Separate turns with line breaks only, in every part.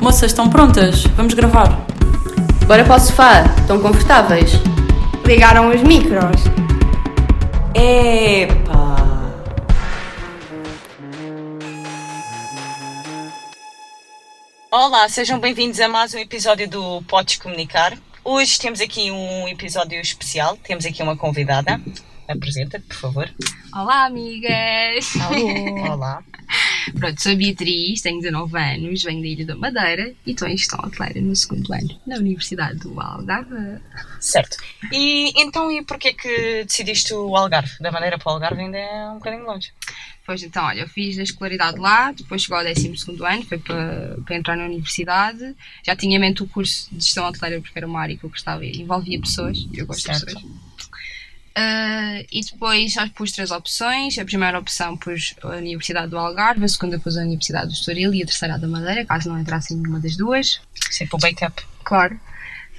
Moças, estão prontas? Vamos gravar.
Bora para o sofá, estão confortáveis.
Ligaram os micros.
Epa! Olá, sejam bem-vindos a mais um episódio do Podes Comunicar. Hoje temos aqui um episódio especial, temos aqui uma convidada. Apresenta-te, por favor.
Olá, amigas!
Olá.
Pronto, sou a Beatriz, tenho 19 anos, venho da Ilha da Madeira e estou em gestão hoteleira no segundo ano na Universidade do Algarve.
Certo. E então, e porquê que decidiste o Algarve? Da maneira para o Algarve ainda é um bocadinho longe.
Pois então, olha, eu fiz a escolaridade lá, depois chegou ao 12 ano, foi para, para entrar na universidade. Já tinha em mente o curso de gestão hoteleira porque era uma área que eu gostava e envolvia pessoas, eu gosto
Certo.
de pessoas. Ah, e depois já pus três opções. A primeira opção pus a Universidade do Algarve, a segunda pus a Universidade do Estoril e a terceira a da Madeira, caso não entrasse em nenhuma das duas.
Sempre o backup.
Claro.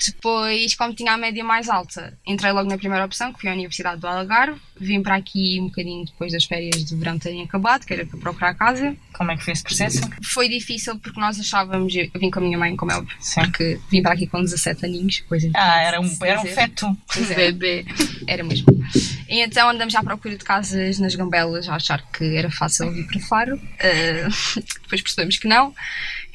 Depois, como tinha a média mais alta, entrei logo na primeira opção, que foi a Universidade do Algarve. Vim para aqui um bocadinho depois das férias de verão terem acabado, que era para procurar casa.
Como é que foi esse processo?
Foi difícil porque nós achávamos, eu vim com a minha mãe, como é óbvio,
Sim.
porque vim para aqui com 17 aninhos, coisa
Ah,
interessante
era um,
de se
era um
dizer.
feto.
Pois é. Era mesmo. E então andamos à procura de casas nas Gambelas, a achar que era fácil vir para Faro. Ah, depois percebemos que não.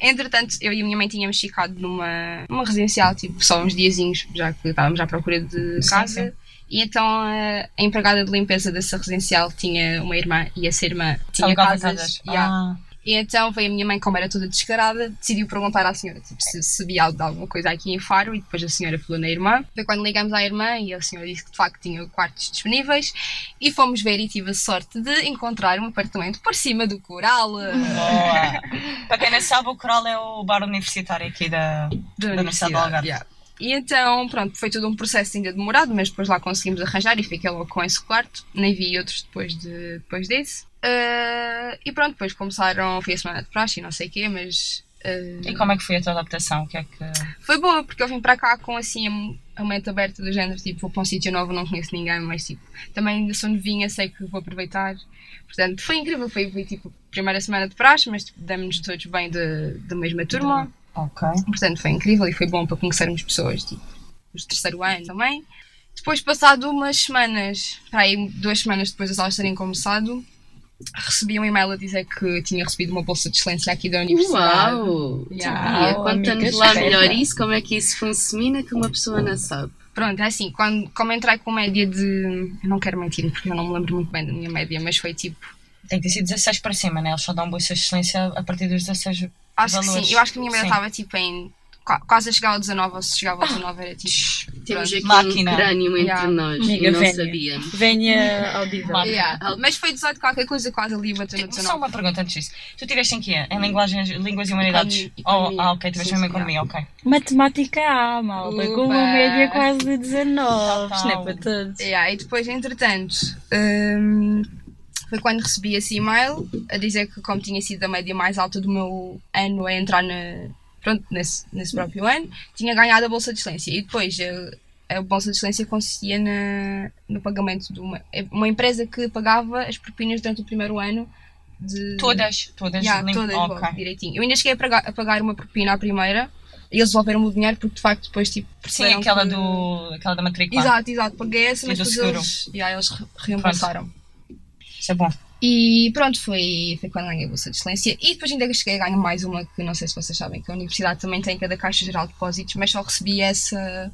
Entretanto, eu e a minha mãe tínhamos ficado numa, numa residencial, tipo, só uns diazinhos, já que estávamos à procura de
Sim,
casa.
sim.
E então a, a empregada de limpeza dessa residencial tinha uma irmã e essa irmã tinha
Alugava
casas.
casas.
Yeah.
Ah,
E então veio a minha mãe, como era toda descarada, decidiu perguntar à senhora tipo, se sabia algo de alguma coisa aqui em Faro e depois a senhora falou na irmã. Foi quando ligamos à irmã e a senhora disse que de facto tinha quartos disponíveis e fomos ver e tive a sorte de encontrar um apartamento por cima do coral eh,
boa. para quem não sabe, o Coral é o bar universitário aqui da,
da
Universidade do
Universidade.
Algarve.
yeah. E então, pronto, foi todo um processo ainda demorado, mas depois lá conseguimos arranjar e fiquei logo com esse quarto. Nem vi outros depois, de, depois desse. Eh, e pronto, depois começaram, foi a semana de praxe e não sei o quê, mas... eh,
E como é que foi a tua adaptação? O que é que...
Foi boa, porque eu vim para cá com assim a mente aberta do género, tipo, vou para um sítio novo, não conheço ninguém, mas tipo, também ainda sou novinha, sei que vou aproveitar. Portanto, foi incrível, foi, foi tipo, a primeira semana de praxe, mas tipo, demos-nos todos bem de- da mesma turma.
Ok.
Portanto, foi incrível e foi bom para conhecermos pessoas, tipo, os do terceiro ano também. Depois, passado umas semanas, para aí duas semanas depois das aulas terem começado, recebi um e-mail a dizer que tinha recebido uma bolsa de excelência aqui da universidade.
Uau!
Yeah.
Sabia. Conta-nos
amigas,
lá
espera.
melhor isso, como é que isso funciona que uma pessoa não sabe.
Pronto, é assim, quando, como entrei com média de. Eu não quero mentir, porque eu não me lembro muito bem da minha média, mas foi tipo.
Tem que ter sido 16 para cima, né? Eles só dão bolsa de excelência a partir dos 16.
Acho que
Valores.
sim, eu acho que a minha média
Sim.
estava tipo em. qua- Quase a chegar ao 19, ou se chegava ao 19 era tipo.
Temos
Pronto.
aqui
Máquina.
um crânio entre
Yeah.
nós
Amiga,
e não
venha.
sabíamos.
Venha audível.
Claro.
Yeah. Mas foi 18 qualquer coisa, quase ali bateu no
tipo, Só
19.
uma pergunta antes disso. Tu tiveste em quê? Em linguagens, línguas e humanidades?
Economia.
Oh, ah, ok, tiveste
Sim,
mesmo em
sim,
economia, ok.
Matemática A, malta, com uma
Uba.
média quase de 19.
Total.
Isto não é para todos.
Yeah, e depois, entretanto, hum, foi quando recebi esse e-mail a dizer que, como tinha sido a média mais alta do meu ano a entrar na, pronto, nesse, nesse próprio ano, tinha ganhado a Bolsa de Excelência. E depois a, a Bolsa de Excelência consistia na, no pagamento de uma, é uma empresa que pagava as propinas durante o primeiro ano. De,
Todas, todas.
Yeah,
lin-
todas
ok.
logo, direitinho. Eu ainda cheguei a pagar, a pagar uma propina à primeira e eles devolveram o dinheiro porque de facto depois tipo.
Sim,
perceberam
aquela,
que-
do, aquela da matrícula.
Exato, exato, porque é essa,
E
mas
do
depois
seguro.
eles, yeah, eles re- reembolsaram.
Isso é bom.
E pronto, foi, foi quando ganhei a Bolsa de Excelência. E depois ainda cheguei a ganhar mais uma, que não sei se vocês sabem, que a universidade também tem cada Caixa Geral de Depósitos, mas só recebi essa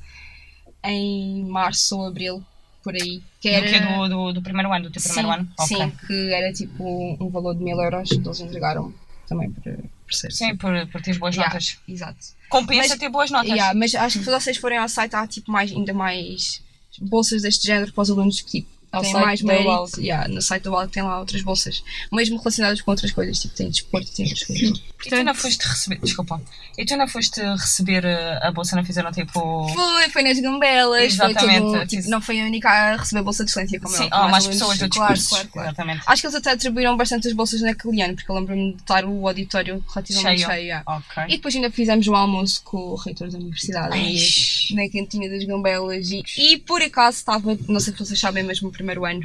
em março ou abril, por aí. Que
Do
era...
que é do, do, do primeiro ano, do teu primeiro
sim,
ano? Ok.
Sim, que era tipo um valor de mil euros que eles entregaram também por, por ser. assim.
Sim, por, por ter boas
Yeah.
notas.
Exato.
Compensa
Mas-
ter boas notas.
Yeah, mas acho que se vocês forem ao site há tipo mais, ainda mais bolsas deste género para os alunos que tipo,
Ao
têm
site
mais
da
mérito.
UALG.
Yeah, no site da UALG tem lá outras bolsas, mesmo relacionadas com outras coisas, tipo tem desporto, tem outras coisas.
E tu ainda foste receber, desculpa, e tu ainda foste receber eh, a bolsa, não fizeram tipo.
Foi, foi nas gambelas, foi
Exatamente,
todo, um-
fiz-
tipo, não foi a única a receber bolsa de excelência como
Sim,
eu.
há mais
alunos-
pessoas do
claro,
discurso.
claro, claro.
Exatamente.
Acho que eles até atribuíram bastante as bolsas naquele ano, porque eu lembro-me de estar o auditório relativamente
Cheio.
cheio. yeah.
Ok.
E depois ainda fizemos um almoço com o reitor da universidade.
Ai,
e- na cantina das gambelas e, e por acaso estava, não sei se vocês sabem mesmo o primeiro ano,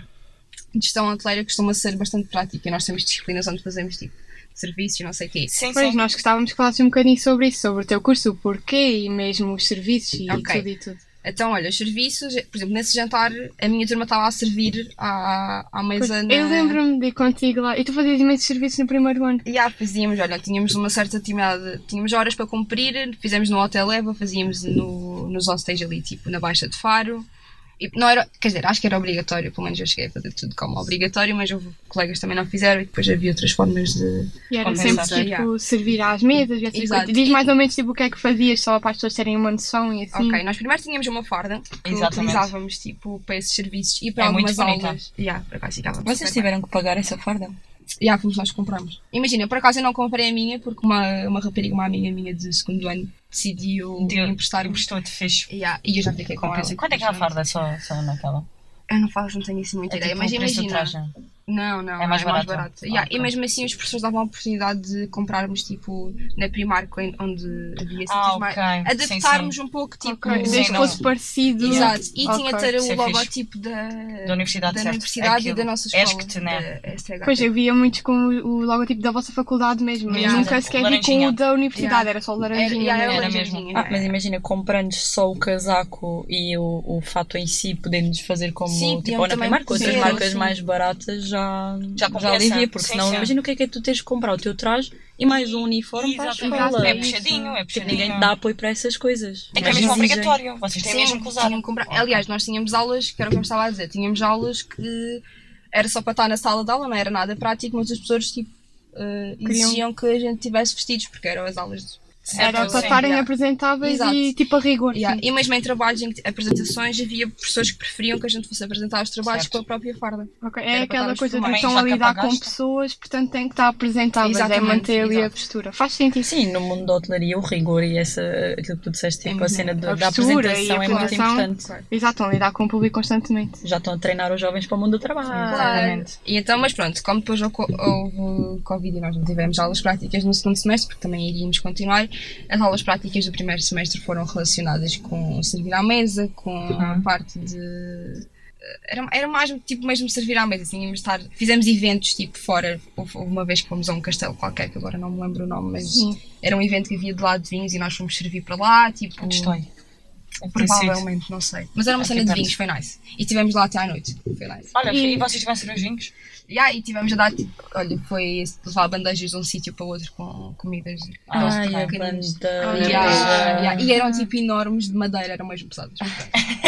de gestão hoteleira costuma ser bastante prática. Nós temos disciplinas onde fazemos tipo serviços e não sei o quê.
Sim,
Pois,
sim.
nós gostávamos que falasses um bocadinho sobre isso, sobre o teu curso, o porquê e mesmo os serviços e
Ok.
tudo e tudo.
Então, olha, os serviços, por exemplo, nesse jantar a minha turma estava a servir à, à
Pois,
mesa. na-
eu lembro-me de ir contigo lá e tu fazias imensos serviços no primeiro ano.
E ah, fazíamos, olha, tínhamos uma certa atividade, tínhamos horas para cumprir, fizemos no Hotel Eva, fazíamos no, nos hostéis ali, tipo, na Baixa de Faro. E não era, quer dizer, acho que era obrigatório, pelo menos eu cheguei a fazer tudo como obrigatório, mas houve colegas que também não fizeram e depois havia outras formas de.
E era
Compensar.
sempre tipo servir às mesas e assim.
Exato.
coisas. Diz mais ou menos tipo o que é que fazias só para as pessoas terem uma noção e assim.
Ok, nós primeiro tínhamos uma farda que
Exatamente.
utilizávamos, tipo, para esses serviços e para
É muito
algumas
bonita.
aulas. Yeah, por acaso ficava
Vocês
super bem.
tiveram que pagar essa farda?
E há fomos nós que compramos. Imagina, por acaso eu não comprei a minha, porque uma, uma rapariga, uma amiga minha de segundo ano, decidiu
Deu-
emprestar-me.
Emprestou-te fixe.
Yeah, e eu já fiquei com ela.
Compensa. Quanto é que é a farda só, só naquela?
Eu não faço, não tenho assim muita
É
ideia,
tipo
mas
o preço do
imagina.
traje.
Não, não,
É mais barato?
barato.
Ah,
Yeah,
ok.
E mesmo assim os professores davam a oportunidade de comprarmos, tipo, na Primark, onde havia sítios
Ah,
mais.
ok. Sim,
Adaptarmos
sim.
um pouco, tipo.
Ok,
Sim,
Desde que
não.
fosse parecido.
Exato. E
Ok.
tinha de ter
Isso é
o
fixe.
logotipo da,
Da universidade,
da
certo.
universidade e da
Aquilo.
nossa escola.
Esquite, né?
da STH.
Pois, é, eu via muitos com o o logotipo da vossa faculdade mesmo. Eu
Yeah.
nunca sequer vi com
Laranjinha.
o da universidade,
Yeah.
era só o
Era,
laranjinha.
yeah,
mesmo.
era,
era
laranjinha,
mesmo.
Ah,
yeah.
mas imagina, comprando só o casaco e o, o fato em si, podemos fazer como
Sim,
tipo,
podiam
ou na
também
Primark, outras
fazer,
marcas
sim.
mais baratas já,
Já compensa.
alivia, porque
Sim,
senão
sim.
imagina o que é que é tu teres de comprar o teu traje e mais um uniforme para a
Exatamente.
escola.
É
isso.
puxadinho, é
Tipo,
puxadinho.
ninguém te dá apoio para essas coisas.
É que é
Mas
mesmo
exigem.
obrigatório. Vocês têm
Sim,
mesmo que usar.
tinham que comprar. Aliás, nós tínhamos aulas, que era o que eu estava a dizer, tínhamos aulas que era só para estar na sala de aula, não era nada prático, mas os professores tipo, eh, exigiam que a gente tivesse vestidos, porque eram as aulas. de-
Era para estarem
yeah.
apresentáveis
Exato.
e tipo a rigor.
Yeah.
sim.
E mesmo em trabalhos, em apresentações, havia professores que preferiam que a gente fosse apresentar os trabalhos
Certo.
com a própria farda.
Ok,
Era
É
para
aquela
estarmos
coisa de
formais,
estão
já
a
que
lidar com
apagaste.
pessoas, portanto têm que estar apresentáveis, é
Exatamente,
manter ali a
exato.
postura. Faz sentido.
Sim, no mundo da hotelaria, o rigor e essa, aquilo que tu disseste, tipo, a cena da-
A
da
postura e
apresentação
a
é muito
apresentação.
importante.
Exato, estão a lidar com o público constantemente.
Já estão a treinar os jovens para o mundo do trabalho.
Exatamente.
E então, mas pronto, como depois houve co- houve Covid e nós não tivemos aulas práticas no segundo semestre, porque também iríamos continuar, as aulas práticas do primeiro semestre foram relacionadas com servir à mesa, com a parte de. eh, Era, era mais tipo mesmo servir à mesa, assim, íamos estar. Fizemos eventos tipo fora, houve houve uma vez que fomos a um castelo qualquer, que agora não me lembro o nome, mas era um evento que havia de lado de vinhos e nós fomos servir para lá, tipo.
Destrói.
Provavelmente, não sei. Mas era é uma
Aqui
cena de
perto.
vinhos, foi nice. E estivemos lá até à noite, foi nice.
Olha, e vocês tiveram cirurginhos?
Yeah, e tivemos a dar, tipo, olha, foi esse, levar bandejas de um sítio para o outro com comidas. doces
Ai, Ah, a
pequeninas.
banda.
Ah, Yeah, yeah. E eram tipo enormes de madeira, eram mesmo pesadas.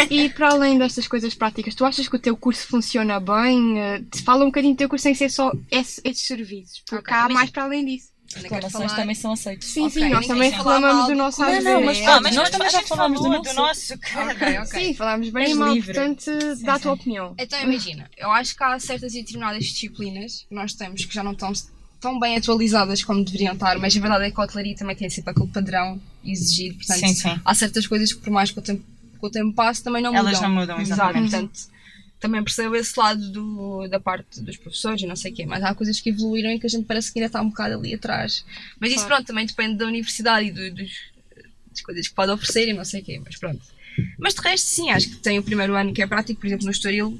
E para além destas coisas práticas, tu achas que o teu curso funciona bem? Eh, te Fala um bocadinho do teu curso sem ser só esse- esses serviços, porque
Ok,
há
mas-
mais para além disso.
Ainda quero
Reclamações
falar-
também são aceitas.
Sim,
Ok,
sim, nós
sim,
também
sim.
reclamamos do nosso
Não, não, mas
AGDS.
Ah, mas nós também
a
já
gente
falámos do
falou
nosso.
cara.
Ok, ok.
Sim, falamos bem
És
e mal,
livre.
portanto, dá a tua opinião.
Então imagina, eu acho que há certas e determinadas disciplinas que nós temos que já não estão tão bem atualizadas como deveriam estar, mas a verdade é que a hotelaria também tem sempre aquele padrão exigido, portanto
Sim, sim.
há certas coisas que por mais que o tempo, que o tempo passe também não mudam.
Elas não mudam, exatamente.
Exato, portanto também percebo esse lado do- da parte dos professores e não sei o quê, mas há coisas que evoluíram e que a gente parece que ainda está um bocado ali atrás. Mas isso pronto, também depende da universidade e do- dos, das coisas que pode oferecer e não sei o quê, mas pronto. Mas de resto, sim, acho que tem o primeiro ano que é prático, por exemplo, no Estoril,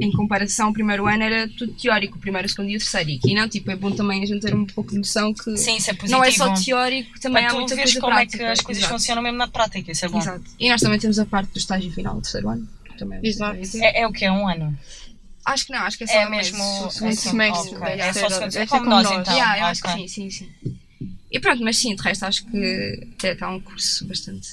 em comparação, o primeiro ano era tudo teórico, o primeiro, o segundo e o terceiro. E aqui não, tipo, é bom também a gente ter um pouco de noção que
Sim, isso é positivo.
não é só teórico, também
Para
há
tu
muita
veres
coisa
como é
prática.
que as coisas
Exato.
funcionam mesmo na prática, isso é bom.
Exato. E nós também temos a parte do estágio final do terceiro ano. Também um
Exato.
É, é o que? É um ano?
Acho que não, acho que é só
É
um
mesmo.
mês.
é
segundo
só-
semestre,
ok. É
deve
só o
ser-
segundo
deve
semestre.
ser
Como
como
nós,
nós.
então.
Yeah, eu acho que
ok.
sim, sim, sim. E pronto, mas sim, de resto acho que até está um curso bastante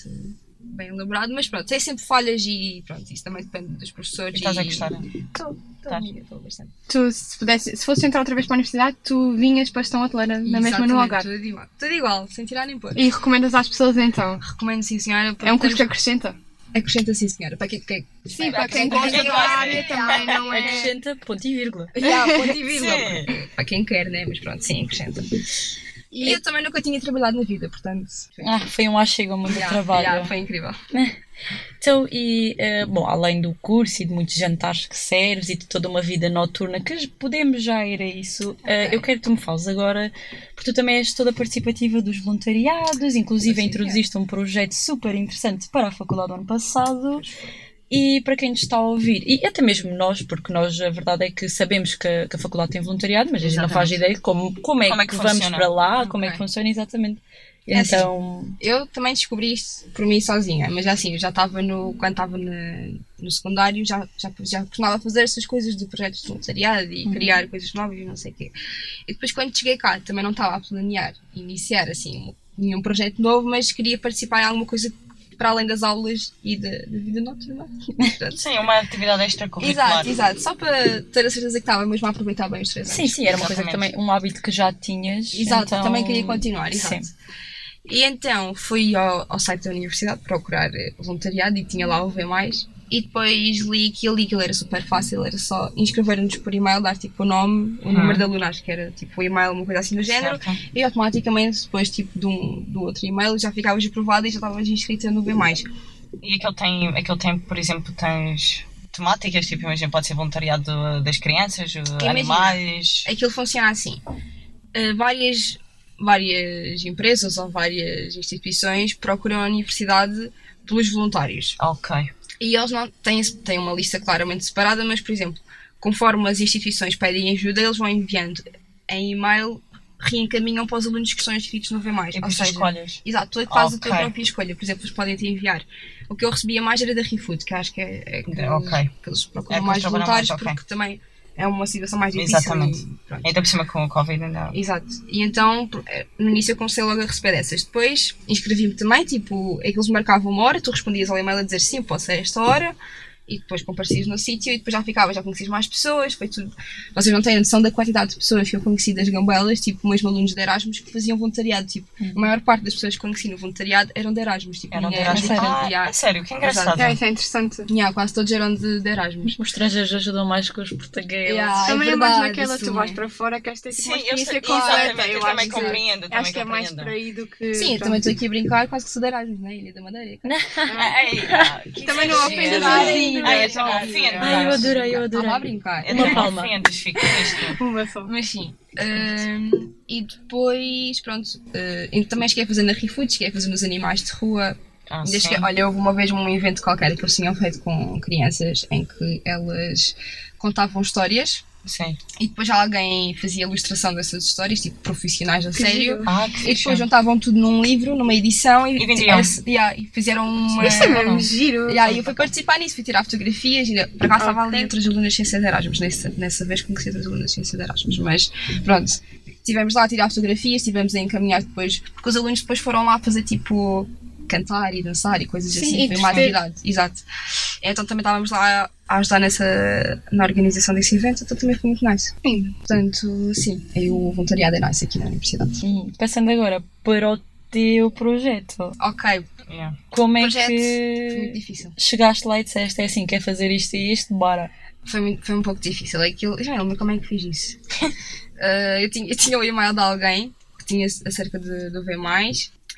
bem elaborado, mas pronto, tem sempre falhas e pronto, isso também depende dos professores.
E Estás a
e-
gostar?
Estou, estou,
Estás?
amiga, estou bastante.
Tu, se, pudesse, se fosse entrar outra vez para a universidade, tu vinhas para Estão Atleira, na mesma no
Exatamente,
Algarve.
Tudo igual, tudo igual, sem tirar nem pôr.
E recomendas às pessoas então?
Recomendo sim, senhora. porque
É um curso que
temos-
acrescenta?
Acrescenta sim, senhora. Para que que
Sim, para quem
acrescenta
gosta
quem
da
gosta.
área também, não é?
Acrescenta ponto e vírgula.
yeah, ponto e vírgula,
Sim.
porque- Para quem quer, né? Mas pronto, sim, acrescenta. E, eu também nunca tinha trabalhado na vida, portanto.
É
foi-
Ah, foi um achego ao mundo do
yeah,
trabalho.
yeah, foi incrível.
Então, e, eh, bom, além do curso e de muitos jantares que serves e de toda uma vida noturna, que podemos já ir a isso, eh, eu quero que tu me fales agora, porque tu também és toda participativa dos voluntariados, inclusive introduziste um projeto super interessante para a faculdade do ano passado, E para quem nos está a ouvir, e até mesmo nós, porque nós a verdade é que sabemos que a, que a faculdade tem voluntariado, mas a gente não faz ideia de como, como, é,
Como é que
que, vamos
funciona.
para lá, como é que
Ok.
funciona exatamente.
É assim.
Então,
Eu também descobri isto por mim sozinha, mas assim, eu já estava no. Quando estava na- no secundário, já, já, já costumava fazer essas coisas de projetos de voluntariado e criar coisas novas e não sei o quê. E depois, quando cheguei cá, também não estava a planear iniciar assim nenhum projeto novo, mas queria participar em alguma coisa para além das aulas e da, da vida noturna. Portanto,
Sim, uma atividade extracurricular.
exato, exato. Só para ter a certeza que estava mesmo a aproveitar bem os três anos.
sim, sim, era uma coisa que
Exatamente.
também, um hábito que já tinhas.
Exato,
então-
também queria continuar, exato.
Sim.
E então fui ao, ao site da universidade procurar eh, voluntariado e tinha lá o ver mais. E depois li aquilo e aquilo era super fácil, era só inscrever-nos por e-mail, dar tipo o nome, o
Hum.
número da aluna, acho que era tipo o e-mail, uma coisa assim do género.
Certo.
E automaticamente depois tipo de um, do outro e-mail já ficavas aprovada e já estavas inscrita no ver mais.
E aquele tem, aquele tem, por exemplo, tens temáticas, tipo, imagina, pode ser voluntariado do- das crianças,
Imagina.
animais.
Aquilo funciona assim. Eh, várias, várias empresas ou várias instituições procuram a universidade pelos voluntários.
Ok.
E eles não têm, têm uma lista claramente separada, mas, por exemplo, conforme as instituições pedem ajuda, eles vão enviando em e-mail, reencaminham para os alunos que são inscritos no V.
E
Ou
depois tu
seja,
escolhas.
Exato, tu fazes a
Ok.
tua própria escolha. Por exemplo, eles podem te enviar. O que eu recebia mais era da ReFood, que acho que é, é que,
De-
eles-
ok.
que eles procuram
É que eles
mais
trabalham
voluntários,
mais, ok.
porque também é uma situação mais difícil.
Exatamente.
e pronto.
Ainda por cima com o Covid ainda.
Exato. E então, por- eh, no início eu comecei logo a receber dessas. Depois inscrevi-me também, tipo, é que eles marcavam uma hora, tu respondias ao e-mail a dizer sim, posso a esta hora, e depois comparecias no sítio, e depois já ficava, já conhecias mais pessoas, foi tudo. Vocês não têm noção da quantidade de pessoas que eu conheci das gambelas, tipo, mesmo alunos de Erasmus que faziam voluntariado, tipo, a maior parte das pessoas que conheci no voluntariado eram de Erasmus, tipo,
Era um
ninguém
Erasmus.
era de
Ah,
voluntariado.
a sério, que
Exato.
engraçado.
É, isso é interessante.
Yeah, quase todos eram de, de Erasmus.
Os estrangeiros ajudam mais que os portugueses.
Yeah,
também
é
é mais
verdade,
naquela, tu
sim.
vais para fora, que esta é tipo
Sim,
uma
eu sei,
experiência completa.
exatamente, eu
Eu
também
acho que,
compreendo. também
acho que é mais por
compreendo.
aí do que.
Sim, eu
pronto.
também estou aqui a brincar, quase que sou de Erasmus, na Ilha da Madeira.
Ei, ah, que
Também não
exagero.
ofendas
Ai, ai,
ninguém, não
ai,
ofendas.
ofendas.
Ai, eu adorei, eu adorei.
Estava a brincar.
Até me
palma.
ofendas, fico triste.
Uma só.
Mas sim. hum, e depois, pronto, eh, e também cheguei a fazer na Refood, cheguei a fazer nos animais de rua.
Ah,
Ainda
sim.
cheguei- olha, houve uma vez um evento qualquer que eles tinham feito com crianças em que elas contavam histórias
Sim.
e depois alguém fazia a ilustração dessas histórias, tipo profissionais a sério.
Ah, que
E depois
fixe.
juntavam tudo num livro, numa edição e,
E vendiam.
esse- yeah, e fizeram uma.
Isso é mesmo giro.
E aí eu fui participar nisso, fui tirar fotografias, ainda por acaso estava ali outras alunas sem ser de Erasmus, nessa, nessa vez conheci outras alunas sem ser de Erasmus, mas pronto, estivemos lá a tirar fotografias, estivemos a encaminhar depois, porque os alunos depois foram lá fazer tipo cantar e dançar e coisas
Sim,
assim,
e
foi uma
perceber.
atividade, exato. Então também estávamos lá a ajudar nessa, na organização desse evento, então também foi muito nice. Sim. Portanto, sim, aí o voluntariado é nice aqui na universidade.
Hum, Passando agora para o teu projeto.
Ok,
Yeah.
Como é
projeto foi muito
que
difícil.
chegaste lá e disseste é assim, quer fazer isto e isto, bora.
Foi, muito- foi um pouco difícil. Aquilo, eu já não lembro como é que fiz isso. Ah, eu, tinha, eu tinha o e-mail de alguém que tinha acerca de, do V.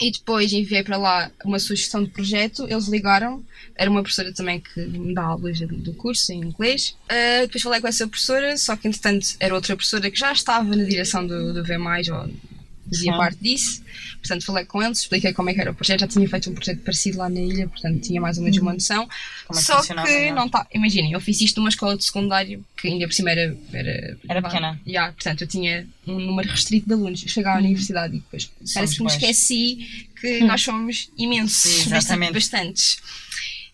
E depois enviei para lá uma sugestão de projeto, eles ligaram. Era uma professora também que me dá aulas do- do curso em inglês. Ah, depois falei com essa professora, só que entretanto era outra professora que já estava na direção do, do V, ou fazia
Sim.
parte disso. Portanto, falei com eles, expliquei como é que era o projeto. Já tinha feito um projeto parecido lá na ilha, portanto, tinha mais ou menos uma noção.
Como é que
Só
funcionava,
que
né?
não está. Imaginem, eu fiz isto numa escola de secundário que ainda por cima era. Era,
Era pequena.
Já, portanto, eu tinha um número restrito de alunos. Eu chegava à universidade e depois. parece que me
bués.
esqueci que nós somos imensos,
Sim,
bastante,
exatamente.
bastantes.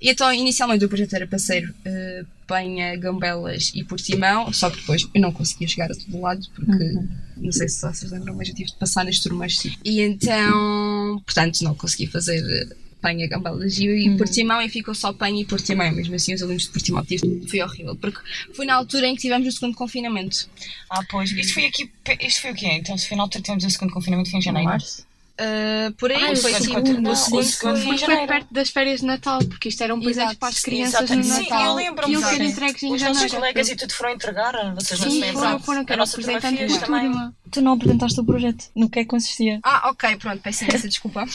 E então, inicialmente, o projeto era para ser eh, Penha, Gambelas e Portimão, só que depois eu não conseguia chegar a todo lado porque. Não sei se vocês lembram, mas eu tive de passar nas turmas. tipo. E então, portanto, não consegui fazer eh, Penha, Gambelas e, e Portimão e ficou só Penha e Portimão. Mesmo assim, os alunos de Portimão tive, foi horrível, porque foi na altura em que tivemos o segundo confinamento.
Ah, pois. Isto foi aqui. Isto foi o quê? Então, se final tivemos o segundo confinamento, foi em janeiro.
Março?
Eh, por aí
Ah, o
foi
segundo
tipo,
não,
o
o
segundo
segundo
foi-
Em
Mas foi
janeiro.
perto das férias de Natal, porque isto era um presente
Exato,
para as
sim,
crianças no
exatamente. Sim,
Natal.
eu lembro-me,
Que iam ser
exatamente.
entregues em
Os nossos
janeiro. Ah,
colegas e tudo foram entregar, vocês não se
Sim,
lembram?
foram, foram, que
a
era o
nossa turma
presente antes
fez
da
também.
turma.
Tu não apresentaste o projeto. No que é que consistia?
Ah, ok, pronto, peço imensa desculpa.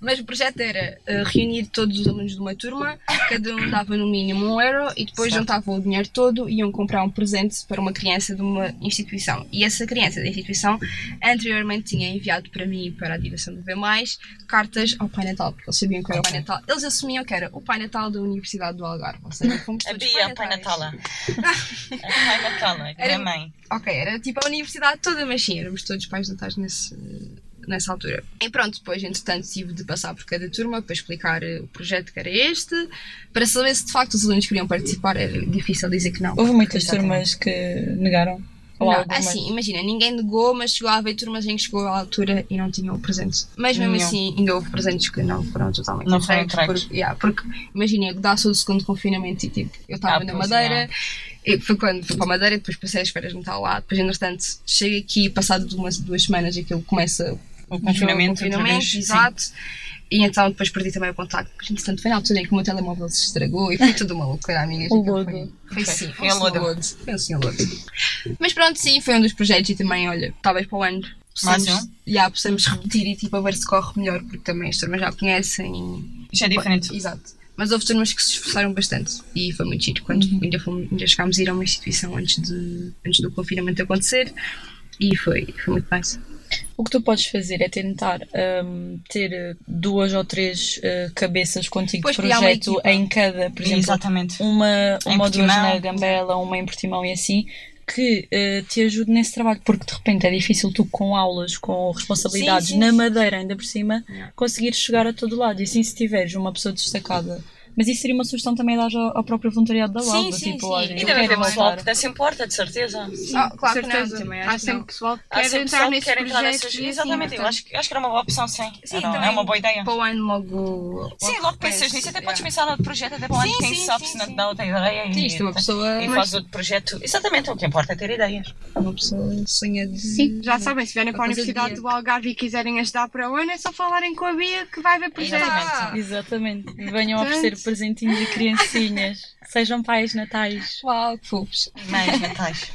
Mas o projeto era eh, reunir todos os alunos de uma turma, cada um dava no mínimo um euro e depois juntavam o dinheiro todo e iam comprar um presente para uma criança de uma instituição. E essa criança da instituição anteriormente tinha enviado para mim e para a direção do V, cartas ao Pai Natal, porque eles sabiam que era o Pai Natal. Eles assumiam que era o Pai Natal da Universidade do Algarve, ou seja, fomos
A
todos
Bia, a Pai
Natais.
Natala. A Pai Natala, que é a
Era-
mãe.
Ok, era tipo a universidade toda, mas sim, éramos todos pais natais nesse, nessa altura. E pronto, depois, entretanto, tive de passar por cada turma para explicar eh, o projeto que era este, para saber se de facto os alunos queriam participar, era difícil dizer que não.
Houve muitas
Exatamente.
turmas que negaram. Ou
Não,
algumas.
assim, imagina, ninguém negou, mas chegou a haver turmas em que chegou à altura e não tinham o presente. Mas mesmo
Não.
assim, ainda houve presentes que não foram totalmente
Não foram entregues.
Porque, yeah, porque imagina, eu sou do segundo confinamento e tipo, eu estava
Ah,
na
pois,
Madeira, e foi quando fui para a Madeira, depois passei as férias no tal lá, depois entretanto chego aqui, passado de umas duas semanas, aquilo começa
O
o
confinamento. outra
confinamento,
vez.
exato. E então depois perdi também o contacto. Porque, entretanto, foi na altura em que o meu telemóvel se estragou e foi tudo uma loucura, amigas.
O
Aquilo
lodo.
Foi,
Foi.
foi sim,
Foi
foi um
a lodo.
senhor lodo. Foi um senhor lodo. Mas pronto, sim, foi um dos projetos e também, olha, talvez para o ano.
Mais
possamos- Já possamos repetir e tipo a ver se corre melhor, porque também as turmas já conhecem.
Sim. Já é
e-
diferente.
Exato. Mas houve turmas que se esforçaram bastante e foi muito giro. Quando
Uhum.
ainda, fomos, ainda chegámos a ir a uma instituição antes, de, antes do confinamento acontecer e foi, foi muito nice.
O que tu podes fazer é tentar hum, ter eh, duas ou três eh, cabeças contigo
Pois,
de
criar uma
projeto
equipa.
em cada, por exemplo,
Exatamente.
uma,
Em
uma ou duas
Portimão.
na Gambela, uma em Portimão e assim, que eh, te ajude nesse trabalho, porque de repente é difícil tu com aulas, com responsabilidades
Sim, sim,
na
sim.
madeira, ainda por cima, conseguir chegar a todo lado. E assim, se tiveres uma pessoa destacada. Mas isso seria uma sugestão também dar ao, ao próprio voluntariado da
Sim,
Lauda,
sim,
tipo,
sim.
olha,
E
eu
deve haver
quero
pessoal
voltar.
que até se importa, de certeza.
Ah, claro que não,
certeza.
também
Há
acho que
sempre
não.
pessoal que
Há
quer
sempre
entrar
pessoal que
nesses
Assim, quer entrar
projetos.
nessas.
e assim,
Exatamente, eu
portanto,
acho, que- acho que era uma boa opção, sim.
então. Sim, então
Era-
também
é uma boa ideia.
Para o ano logo.
Sim, logo pensas nisso, até podes
pensar.
pensar no projeto, até para o ano, quem sabe se não te dá outra ideia.
Sim,
e-
isto é uma pessoa.
E faz outro projeto. Exatamente, o que importa é ter ideias.
Uma pessoa sonha de.
Sim, Hum, já sabem, se vierem para
Uma
a
coisa
Universidade
de
do Algarve e quiserem ajudar para o ano, é só falarem com a Bia que vai haver projetos.
Ah.
Exatamente.
Exatamente. E venham oferecer presentinhos a criancinhas. Sejam pais natais.
Uau, que fofos.
Mais natais.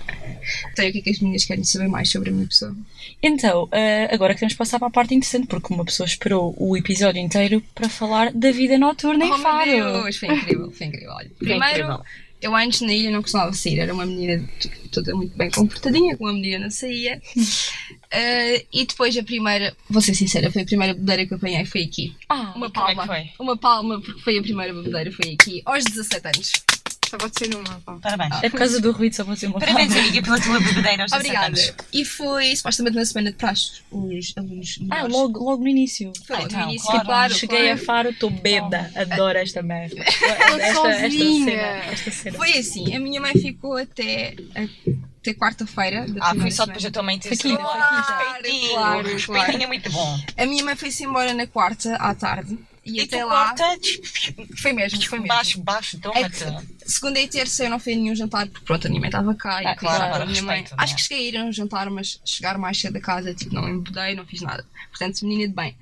Então, e o que é que as meninas querem saber mais sobre a minha pessoa?
Então, eh, agora queremos passar para a parte interessante, porque uma pessoa esperou o episódio inteiro para falar da vida noturna
oh,
em Faro.
meu Deus, foi incrível, foi incrível. Olha, primeiro,
incrível.
eu antes na ilha não costumava sair, era uma menina t- toda muito bem comportadinha, com uma menina não saía. Eh, e depois a primeira, vou ser sincera, foi a primeira bebedeira que eu apanhei, foi aqui. Uma
Ah,
e como é que
palma.
foi?
Uma palma, porque foi a primeira bebedeira, foi aqui, aos 17 anos.
Só pode ser uma. pá.
Parabéns.
é por causa do ruído, só pode ser uma
Parabéns,
palma.
amiga, pela tua bebedeira aos 17
Obrigada.
anos.
E foi supostamente na semana de praxe. Os alunos.
Ah,
melhores.
logo, logo no início.
Foi logo no
Então,
início,
claro.
claro,
Cheguei
claro.
a Faro, estou beba. Adoro esta merda. Esta, esta, esta
É sozinha.
cena. Esta cena.
Foi assim, a minha mãe ficou até, até quarta-feira. da
Ah,
primeira
foi só depois
semana.
da tua mãe ter
Foi
sido. um
quinta, foi
quinta.
Respeitinho,
Claro,
respeitinho é muito bom.
A minha mãe foi-se embora na quarta à tarde. E,
E
até
tu
lá.
corta,
Foi mesmo, foi mesmo.
baixo, baixo, então, eh,
É
toma-te.
que segunda e terça eu não fui a nenhum jantar porque pronto, a minha mãe estava cá e
Ah,
queria
claro,
dar a
claro,
tá, minha mãe.
respeito,
Acho
né?
que cheguei a ir a um jantar, mas chegar mais cedo a casa, tipo, não embudei, não fiz nada. Portanto, menina de bem.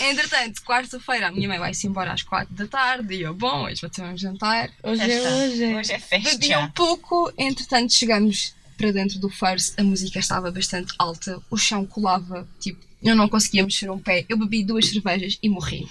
Entretanto, quarta-feira a minha mãe vai-se embora às quatro da tarde e eu, bom, hoje vou ter um jantar.
Hoje é
Festa.
hoje.
Hoje é
Bebi um
festa.
pouco, entretanto chegamos para dentro do first, a música estava bastante alta, o chão colava, tipo, eu não conseguia mexer um pé, eu bebi duas cervejas e morri.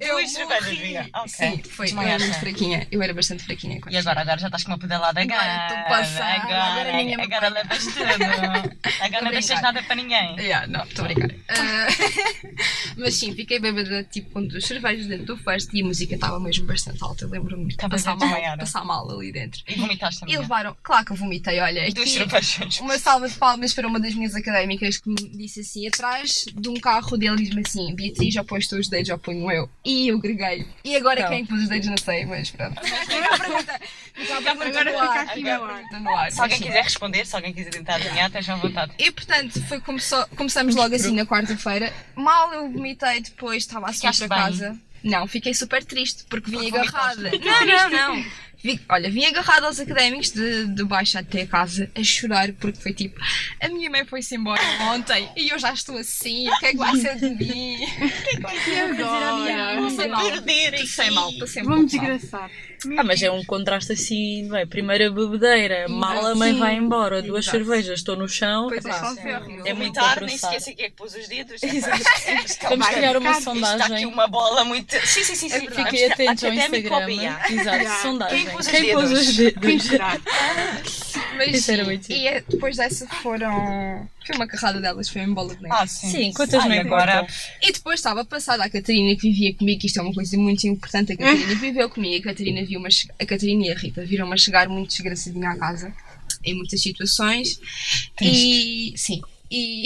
Eu
Duas cervejas,
morri.
amiga.
Sim,
Ok.
foi, eu era
Desmaiaste.
muito fraquinha, eu era bastante fraquinha. quando
E agora, agora já estás com uma pedalada
Agora
ganha.
estou passada, agora é ninguém me
agora levas tudo. Agora não deixas
brincar.
nada para ninguém.
Yeah, não, estou a brincar. Ah, mas sim, fiquei bêbada tipo com duas cervejas dentro do first e a música estava mesmo bastante alta. Eu lembro-me de
Estavas
passar
a
mal,
desmaiar.
passar mal ali dentro.
E vomitaste
E
também.
levaram, claro que eu vomitei, olha.
Duas
aqui-
cervejas.
Tipo, uma salva de palmas para uma das minhas académicas que me disse assim, atrás de um carro dele diz-me assim, Beatriz, já pôs tu os dedos, já ponho eu. E eu greguei. E agora
Não.
quem é pôs os dedos não sei, mas pronto. Fica a pergunta, fica a pergunta
Agora
no
fica
ar,
aqui
fica a
no ar.
pergunta no ar.
Se alguém
Mas,
quiser responder, se alguém quiser tentar adivinhar, estejam à vontade.
e portanto, foi como só- começamos logo assim na quarta-feira. Mal eu vomitei depois, estava a subir
Ficaste
para
bem?
casa. Não, fiquei super triste porque vim
Porque
agarrada.
vomitaste.
Não, não, não. Vi- olha, vim agarrada aos académicos de, de baixo até a casa a chorar porque foi tipo, a minha mãe foi-se embora ontem e eu já estou assim, o que é que vai ser de mim? é
Agora,
Não sei mal,
Perder
sei mal, estou sempre
vamos
mal.
desgraçar.
Ah, mas é um contraste assim, não é? Primeira bebedeira, mal a mãe
Sim.
vai embora, duas
Exato.
cervejas, estou no chão.
Pois é,
Epá,
só foi horrível.
É
muito
muito tarde, nem
engraçado.
esqueci o que é que pus os dedos.
Vamos
Vamos
criar uma
Está aqui é um-
sondagem.
uma bola muito. Sim, sim, sim. sim
Fiquem atentos ao Instagram.
Académico
Exato,
Yeah.
sondagem.
é Quem pôs os
pôs
dedos?
os dedos?
Quem será?
Mas
Sinceramente,
sim, e eh, depois dessa foram. Foi uma carrada delas, foi em bola de neve.
Ah, sim.
Sim, quantas
Ai,
não
agora-
agora?
E depois estava passada a Catarina que vivia comigo, que isto é uma coisa muito importante. A Catarina viveu comigo, a Catarina, viu uma, a Catarina e a Rita viram-me a chegar muito desgraçadinha à casa, em muitas situações. E. Sim. E,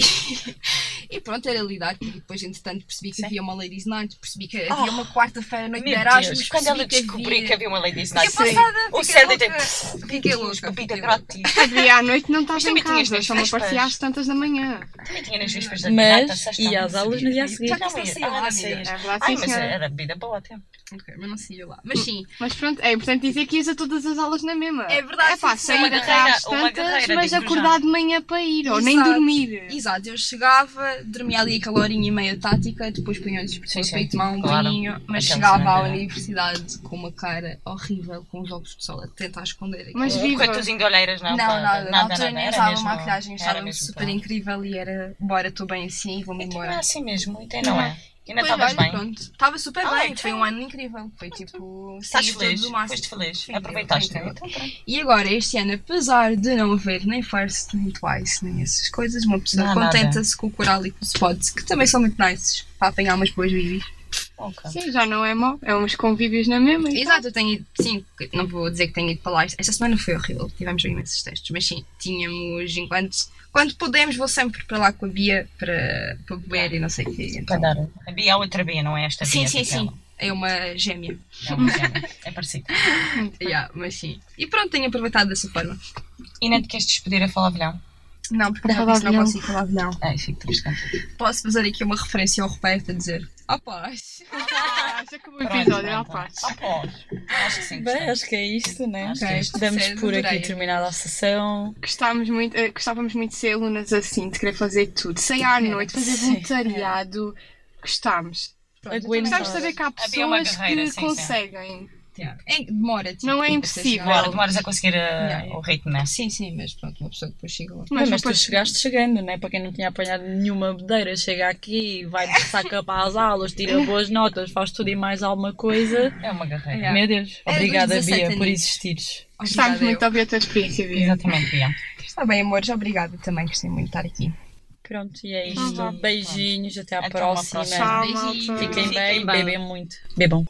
e pronto, era lidar, porque depois, entretanto, percebi que havia uma Ladies Night, percebi que havia uma quarta-feira à noite
Oh,
de
Meu
Erasmus.
Deus, quando
percebi
ela descobriu que havia uma lei disso,
Fiquei passada,
o
fiquei
Sandy tem.
louca. Fiquei louca.
Pepita
fiquei louca.
grátis.
Havia à noite não estava
Mas
em
também tinhas
casa,
nas
só me
vespas.
aparecia às tantas da manhã.
Também tinha nas vésperas da Renata,
Mas,
sabes,
e
estava
às aulas no dia a seguir.
Já não
Mas
sei, ah,
não
não
sei,
sei.
É verdade,
Ai,
sim,
mas
senhora.
era vida boa até.
Ok, mas não sei lá.
Hum.
Mas sim,
Mas pronto, é importante dizer que ias a todas as aulas na mesma.
É verdade,
É pá,
sim, sim.
sair
Uma
até
carreira-
às
uma
tantas,
carreira,
mas
digo-vos
acordar de manhã para ir, ou nem
Exato.
dormir.
Exato, eu chegava, dormia ali aquela horinha e meia tática, depois punha os
Sim,
despertadores
sim,
para ir tomar um
claro.
banho, mas
Aquela
chegava à
cena é. de-
universidade com uma cara horrível, com os óculos de sol a tentar esconder aquilo.
Mas viva.
Coitozinho de olheiras, não.
não,
pá,
nada, na altura nem
era
usava
mesmo-
maquilhagem,
era
estava
mesmo,
super
pá.
incrível e era, bora, estou bem assim, vou-me
Então é
embora.
assim mesmo, então não é? Ainda
Pois,
estavas
olha,
bem.
pronto, estava super
Ah,
bem,
então.
foi um ano incrível, foi tipo,
Estás
saí todo
feliz?
do máximo.
Foste feliz?
Sim,
Aproveitaste?
foi
Então
incrível.
pronto.
E agora, este ano, apesar de não haver nem First, nem Twice, nem essas coisas, uma pessoa
Não há nada.
contenta-se com o coral e com os spots, que também são muito nices para apanhar umas boas bibis.
Ok.
Sim, já não é mau. É uns convívios na mesma. e
Exato, eu tenho ido, sim, não vou dizer que tenho ido para lá. Esta semana foi horrível, tivemos imensos testes, mas sim, tínhamos, enquanto quando podemos, vou sempre para lá com a Bia para, para beber e não sei o quê.
Para
Então,
dar. A Bia é outra Bia, não é esta
sim,
Bia?
sim,
que é
sim,
ela.
é uma gêmea.
É uma gêmea. É parecido.
Yeah, mas sim. E pronto, tenho aproveitado dessa forma.
E não te queres despedir a falar vilhão?
Não, porque já
Falar
disse, não
não.
consigo falar não.
Ai, fico triste. contigo.
Posso fazer aqui uma referência ao Roberto a dizer: Rapaz,
Ah, já acabou o
Pronto,
episódio, à
pronto.
parte.
Ah, pô. Acho que sim.
Bem,
gostei.
acho que é isto, né?
Acho que é isto.
Damos
Sério,
por
adorei.
aqui terminada a sessão.
Gostávamos muito, eh, gostávamos muito de ser alunas assim, de querer fazer tudo. Sair à noite, fazer
Sim.
voluntariado. Gostámos. Gostávamos de
Aguentar.
saber que há
Havia é uma
pessoas
carreira, sim, sim.
que conseguem.
yeah. é, demora. Tipo,
Não é
até
impossível.
chegar.
Demora- Demoras a conseguir uh,
Yeah.
o ritmo, né?
Sim, sim, mas pronto, uma pessoa depois chega lá.
Mas,
Mas
mas tu
depois-
chegaste chegando, né? Para quem não tinha apanhado nenhuma bedeira, chega aqui, vai de saca para as aulas, tira boas notas, faz tudo e mais alguma coisa.
É uma carreira.
Yeah.
Meu Deus.
É dos
Obrigada,
17
Bia, por
aninhos.
existires.
Gostávamos
Obrigada,
muito de ouvir a tua experiência, Bia.
Exatamente, Bia.
eu. Está bem, amores, obrigada também, gostei muito de estar aqui.
Pronto, e é isto.
Uhum.
Beijinhos, até à
Até Então, uma
próxima.
próxima.
Tchau,
Beijinhos.
malta.
Fiquem
Fiquem
bem,
bem.
bebem muito. Bebam.